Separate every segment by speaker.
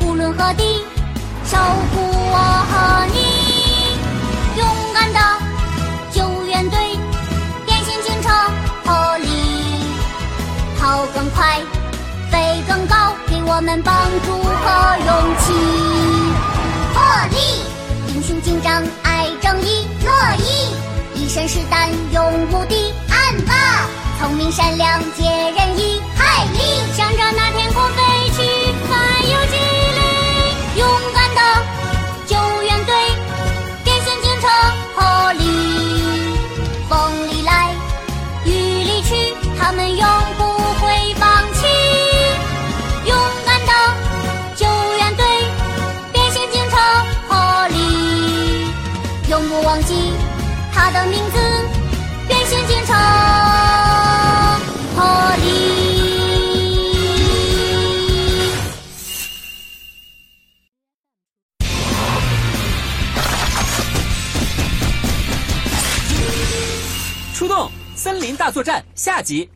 Speaker 1: 村和地，守护我和你。勇敢的救援队，变形警车合力，跑更快，飞更高，给我们帮助和勇气。破例，英雄警长爱正义，乐意一身是胆勇无敌，暗霸聪明善良解人意，海力向着那天空飞去，还有激励，勇敢的救援队，变形警车破例，风里来，雨里去，他们永不会放弃，勇敢的救援队，变形警车破例，永不忘记他的名字，变形警车。破例。
Speaker 2: 出动！森林大作战下集。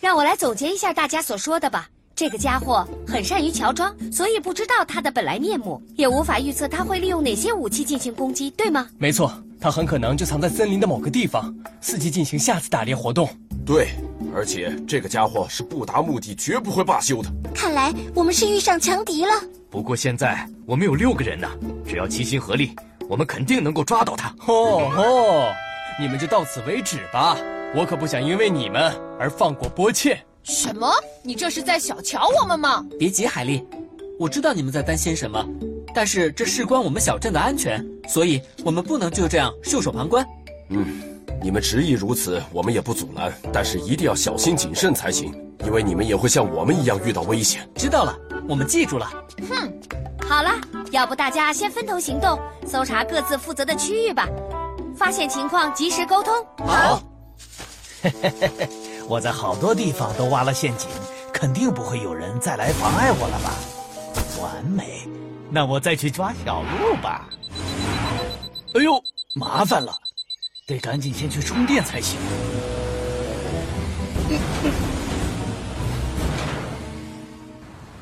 Speaker 3: 让我来总结一下大家所说的吧。这个家伙很善于乔装，所以不知道他的本来面目，也无法预测他会利用哪些武器进行攻击，对吗？
Speaker 4: 没错，他很可能就藏在森林的某个地方，伺机进行下次打猎活动。
Speaker 5: 对，而且这个家伙是不达目的绝不会罢休的。
Speaker 6: 看来我们是遇上强敌了。
Speaker 7: 不过现在我们有六个人呢，只要齐心合力，我们肯定能够抓到他。
Speaker 2: 哦
Speaker 4: 吼吼，你们就到此为止吧，我可不想因为你们而放过波切。
Speaker 8: 什么？你这是在小瞧我们吗？
Speaker 2: 别急，海丽，我知道你们在担心什么，但是这事关我们小镇的安全，所以我们不能就这样袖手旁观。
Speaker 5: 你们执意如此，我们也不阻拦，但是一定要小心谨慎才行，因为你们也会像我们一样遇到危险。
Speaker 2: 知道了，我们记住了。
Speaker 3: 好了，要不大家先分头行动，搜查各自负责的区域吧，发现情况及时沟通。
Speaker 2: 好，
Speaker 9: 我在好多地方都挖了陷阱，肯定不会有人再来妨碍我了吧？完美，那我再去抓小鹿吧。哎呦，麻烦了，得赶紧先去充电才行。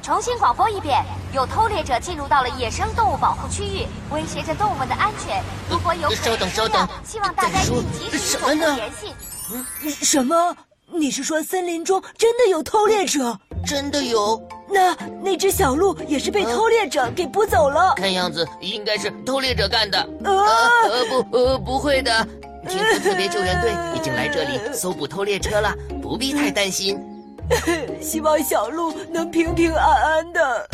Speaker 3: 重新广播一遍：有偷猎者进入到了野生动物保护区域，威胁着动物的安全。如果
Speaker 8: 呃
Speaker 3: 有可能
Speaker 10: 稍等稍
Speaker 3: 这样
Speaker 10: 等
Speaker 3: 希望大家
Speaker 10: 再说
Speaker 3: 应及时
Speaker 10: 什
Speaker 3: 与
Speaker 10: 么
Speaker 3: 我们
Speaker 10: 呢
Speaker 3: 联系。
Speaker 11: 什么？你是说森林中真的有偷猎者？
Speaker 10: 真的有，
Speaker 11: 那那只小鹿也是被偷猎者给捕走了。
Speaker 10: 看样子应该是偷猎者干的。
Speaker 11: 啊
Speaker 10: 呃呃不呃不会的，听说特别救援队已经来这里搜捕偷猎车了，不必太担心。
Speaker 11: 希望小鹿能平平安安的。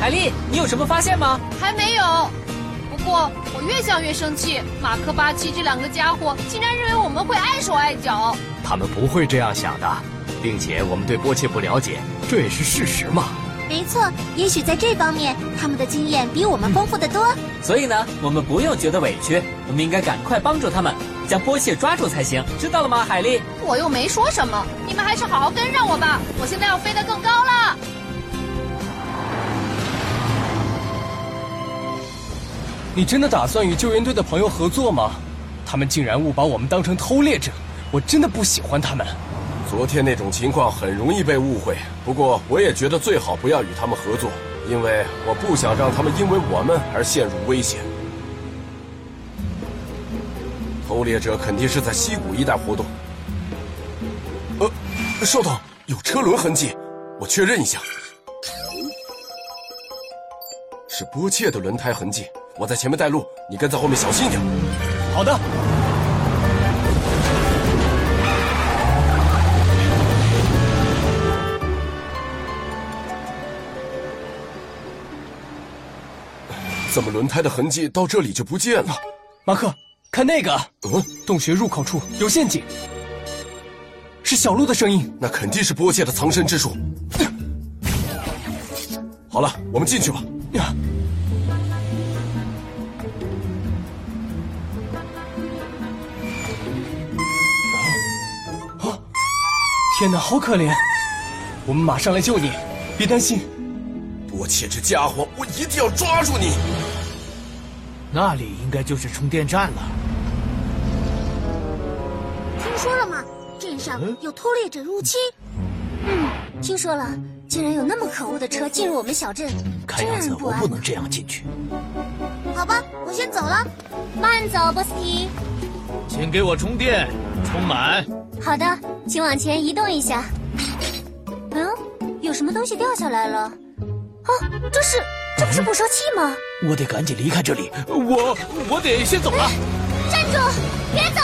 Speaker 2: 海丽，你有什么发现吗？
Speaker 8: 还没有。不过我越想越生气，马克巴奇这两个家伙竟然认为我们会碍手碍脚。
Speaker 7: 他们不会这样想的，并且我们对波切不了解，这也是事实嘛。
Speaker 6: 没错，也许在这方面，他们的经验比我们丰富得多。
Speaker 2: 所以呢，我们不用觉得委屈，我们应该赶快帮助他们，将波切抓住才行，知道了吗，海丽？
Speaker 8: 我又没说什么，你们还是好好跟上我吧。我现在要飞得更高了。
Speaker 4: 你真的打算与救援队的朋友合作吗？他们竟然误把我们当成偷猎者，我真的不喜欢他们。
Speaker 5: 昨天那种情况很容易被误会，不过我也觉得最好不要与他们合作，因为我不想让他们因为我们而陷入危险。偷猎者肯定是在溪谷一带活动。呃，稍等，有车轮痕迹，我确认一下，是波切的轮胎痕迹。我在前面带路，你跟在后面小心一点。
Speaker 4: 好的，
Speaker 5: 怎么轮胎的痕迹到这里就不见了？
Speaker 4: 马克，看那个
Speaker 5: 嗯，
Speaker 4: 洞穴入口处有陷阱，是小鹿的声音。
Speaker 5: 那肯定是波切的藏身之术。好了，我们进去吧。
Speaker 4: 呀啊！天哪，好可怜！我们马上来救你，别担心。
Speaker 5: 波切这家伙，我一定要抓住你！
Speaker 9: 那里应该就是充电站了。
Speaker 6: 听说了吗？镇上有偷猎者入侵。嗯，听说了，竟然有那么可恶的车进入我们小镇，
Speaker 9: 看
Speaker 6: 真让
Speaker 9: 样子
Speaker 6: 人
Speaker 9: 我
Speaker 6: 安
Speaker 9: 不。能这样进去。
Speaker 6: 好吧，我先走了。
Speaker 1: 慢走，波斯提。
Speaker 9: 请给我充电，充满。
Speaker 6: 好的，请往前移动一下。
Speaker 1: 嗯，有什么东西掉下来了？哦，这是这不是捕兽器吗？
Speaker 9: 我得赶紧离开这里，我我得先走了。
Speaker 1: 站住！别走！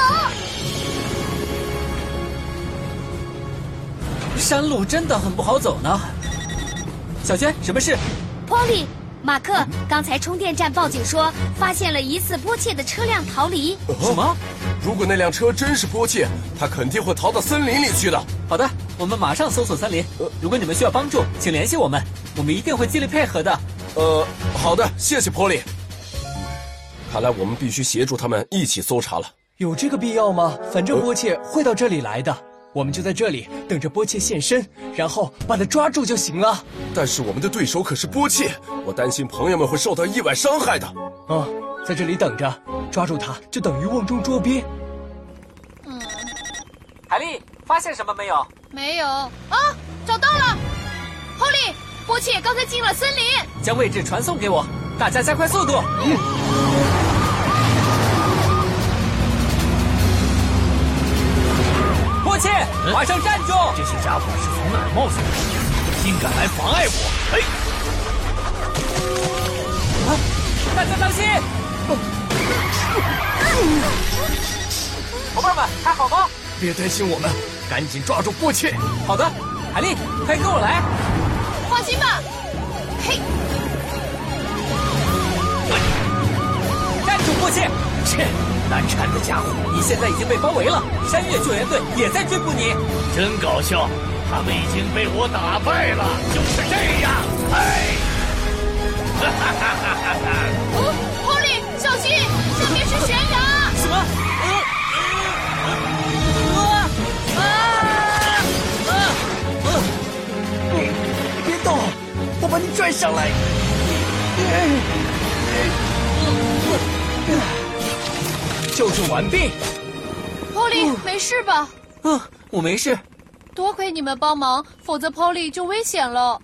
Speaker 2: 山路真的很不好走呢。小娟，什么事？
Speaker 3: 波利，马克，刚才充电站报警说发现了疑似波切的车辆逃离。
Speaker 4: 哦
Speaker 5: 什么？呃如果那辆车真是波切，他肯定会逃到森林里去的。
Speaker 2: 好的，我们马上搜索森林。
Speaker 4: 呃
Speaker 2: 如果你们需要帮助，请联系我们，我们一定会尽力配合的。
Speaker 5: 呃，好的，谢谢 Polly。看来我们必须协助他们一起搜查了。
Speaker 4: 有这个必要吗？反正波切会到这里来的，我们就在这里等着波切现身，然后把他抓住就行了。
Speaker 5: 但是我们的对手可是波切，我担心朋友们会受到意外伤害的。
Speaker 4: 啊、在这里等着，抓住他就等于瓮中捉鳖。
Speaker 2: 嗯海丽，发现什么没有？
Speaker 8: 没有啊，找到了。Polly，波切刚才进了森林。
Speaker 2: 将位置传送给我，大家加快速度。波切，马上站住！
Speaker 9: 嗯这些家伙是从哪儿冒出来的？竟敢来妨碍我！哎，
Speaker 2: 大家啊当心！伙伴们，还好吗？
Speaker 7: 别担心我们，赶紧抓住波切。
Speaker 2: 好的，海丽，快跟我来！
Speaker 8: 放心吧。嘿，
Speaker 2: 站住，波切！
Speaker 9: 切，难缠的家伙，
Speaker 2: 你现在已经被包围了，山岳救援队也在追捕你。
Speaker 9: 真搞笑！他们已经被我打败了，就是这样。哎，哈哈哈哈哈哈！
Speaker 8: 哦，Polly，小心，上面是悬崖。
Speaker 2: 什么？
Speaker 8: 啊啊！
Speaker 9: 别动，我把你拽上来。
Speaker 4: 救助完毕。
Speaker 8: Polly，没事吧？
Speaker 2: 嗯，我没事，
Speaker 8: 多亏你们帮忙，否则 Polly 就危险了。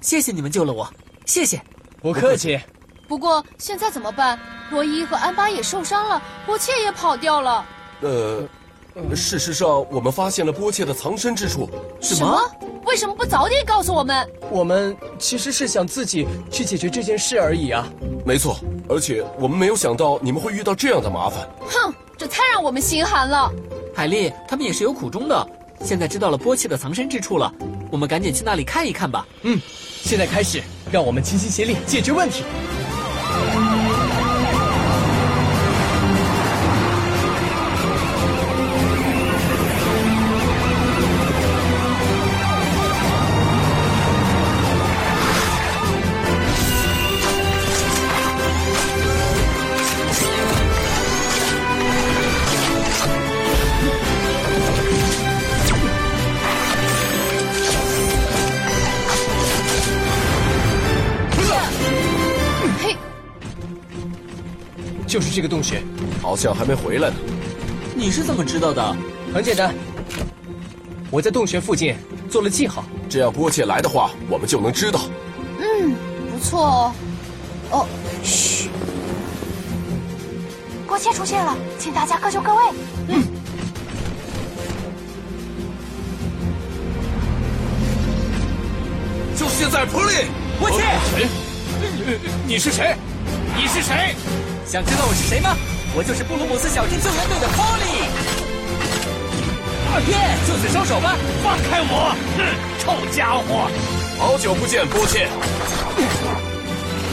Speaker 2: 谢谢你们救了我，谢谢。
Speaker 4: 不客气。
Speaker 8: 不过现在怎么办？罗伊和安巴也受伤了，波切也跑掉了。
Speaker 5: 呃，事实上，我们发现了波切的藏身之处。
Speaker 2: 什
Speaker 8: 什么？为什么不早点告诉我们？
Speaker 4: 我们其实是想自己去解决这件事而已啊。
Speaker 5: 没错，而且我们没有想到你们会遇到这样的麻烦。
Speaker 8: 哼，这太让我们心寒了。
Speaker 2: 海丽，他们也是有苦衷的。现在知道了波切的藏身之处了，我们赶紧去那里看一看吧。
Speaker 4: 嗯，现在开始，让我们齐心协力解决问题。
Speaker 8: 嘿，
Speaker 4: 就是这个洞穴，
Speaker 5: 好像还没回来呢。
Speaker 2: 你是怎么知道的？
Speaker 4: 很简单。我在洞穴附近做了记号。
Speaker 5: 这样波切来的话，我们就能知道。
Speaker 8: 嗯，不错哦。哦，嘘，
Speaker 6: 波切出现了，请大家各就各位。
Speaker 5: 就现在，Polly，
Speaker 2: 波切，
Speaker 4: 哦
Speaker 9: 谁？呃你是谁？你是谁？
Speaker 2: 想知道我是谁吗？我就是布鲁姆斯小镇救援队的 Polly。耶、就此收手吧。
Speaker 9: 放开我！哼，臭家伙！
Speaker 5: 好久不见，波切。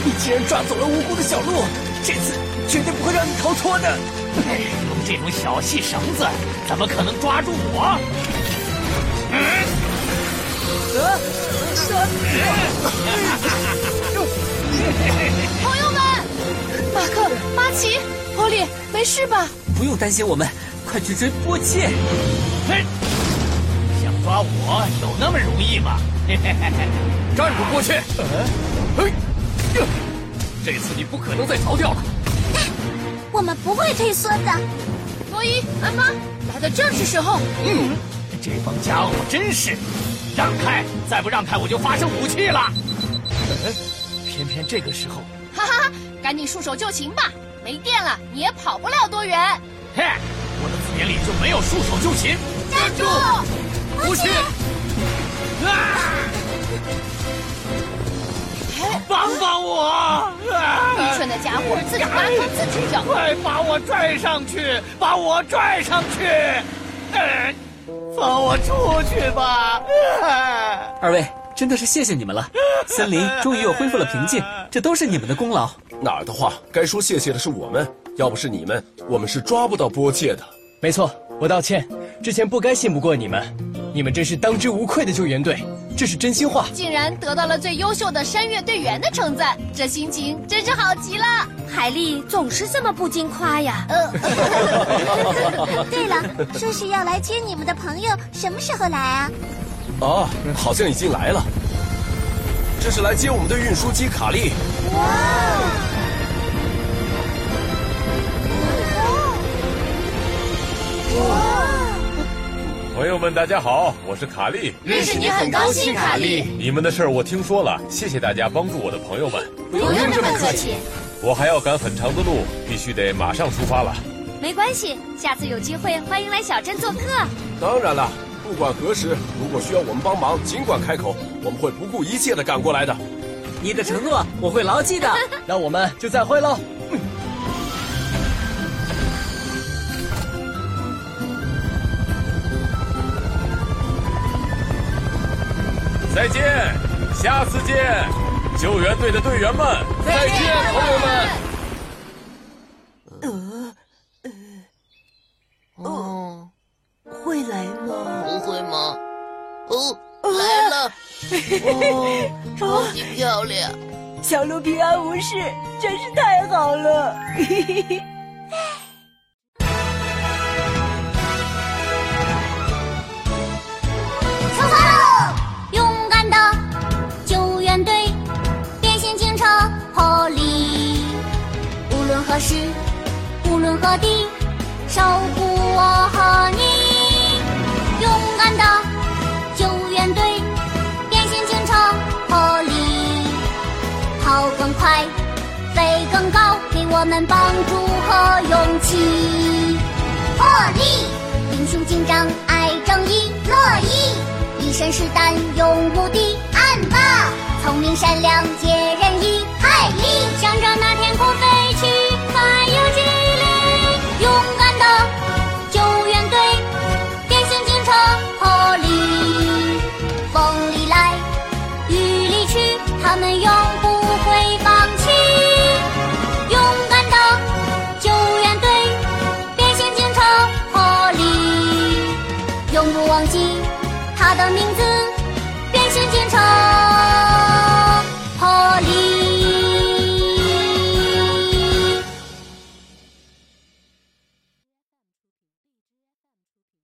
Speaker 4: 你竟然抓走了无辜的小鹿，这次绝对不会让你逃脱的。
Speaker 9: 用这种小细绳子，怎么可能抓住我？
Speaker 8: 朋友们，马克、巴奇、波利，没事吧？
Speaker 2: 不用担心我们，快去追波切。
Speaker 9: 嘿，想抓我有那么容易吗？ 呃嘿嘿嘿嘿，站住，过去！嘿，呀这次你不可能再逃掉了。
Speaker 6: 我们不会退缩的。
Speaker 8: 罗伊、安巴，来的正是时候。嗯，
Speaker 9: 这帮家伙真是，让开！再不让开，我就发射武器了。嗯，偏偏这个时候，
Speaker 8: 哈哈哈，赶紧束手就擒吧，没电了你也跑不了多远。
Speaker 9: 嘿，我的字典里就没有束手就擒。
Speaker 8: 站住！
Speaker 9: 不啊是，帮帮我！啊
Speaker 8: 哎愚蠢的家伙，自己挖坑自己跳。
Speaker 9: 快把我拽上去！把我拽上去！呃放我出去吧！啊
Speaker 2: 二位真的是谢谢你们了，森林终于又恢复了平静，这都是你们的功劳。
Speaker 5: 哪儿的话，该说谢谢的是我们，要不是你们，我们是抓不到波切的。
Speaker 4: 没错，我道歉，之前不该信不过你们，你们真是当之无愧的救援队，这是真心话。
Speaker 8: 竟然得到了最优秀的山岳队员的称赞，这心情真是好极了。
Speaker 3: 海丽总是这么不经夸呀。
Speaker 8: 呃
Speaker 6: 对了，说是要来接你们的朋友，什么时候来啊？
Speaker 5: 哦，好像已经来了，这是来接我们的运输机卡利。
Speaker 12: 朋友们，大家好，我是卡利。
Speaker 8: 认识你很高兴卡利
Speaker 12: 你们的事儿我听说了，谢谢大家帮助我的朋友们。
Speaker 3: 不用这么客气。
Speaker 12: 我还要赶很长的路，必须得马上出发了。
Speaker 3: 没关系，下次有机会欢迎来小镇做客。
Speaker 5: 当然了，不管何时，如果需要我们帮忙，尽管开口，我们会不顾一切的赶过来的。
Speaker 2: 你的承诺我会牢记的。
Speaker 4: 那我们就再会喽。
Speaker 12: 再见，下次见，救援队的队员们，再见，朋友们。
Speaker 6: 哦，会来吗？
Speaker 10: 不会吗？哦，来了，哦，超级漂亮。
Speaker 11: 小鹿平安无事，真是太好了。
Speaker 1: 出发喽！勇敢的救援队，变形警车破例，无论何时，无论何地，守护我和你。勇敢的救援队，变形警车破例，跑更快，飞更高，给我们帮助和勇气。魄力，英雄警长爱正义，乐意。一身是胆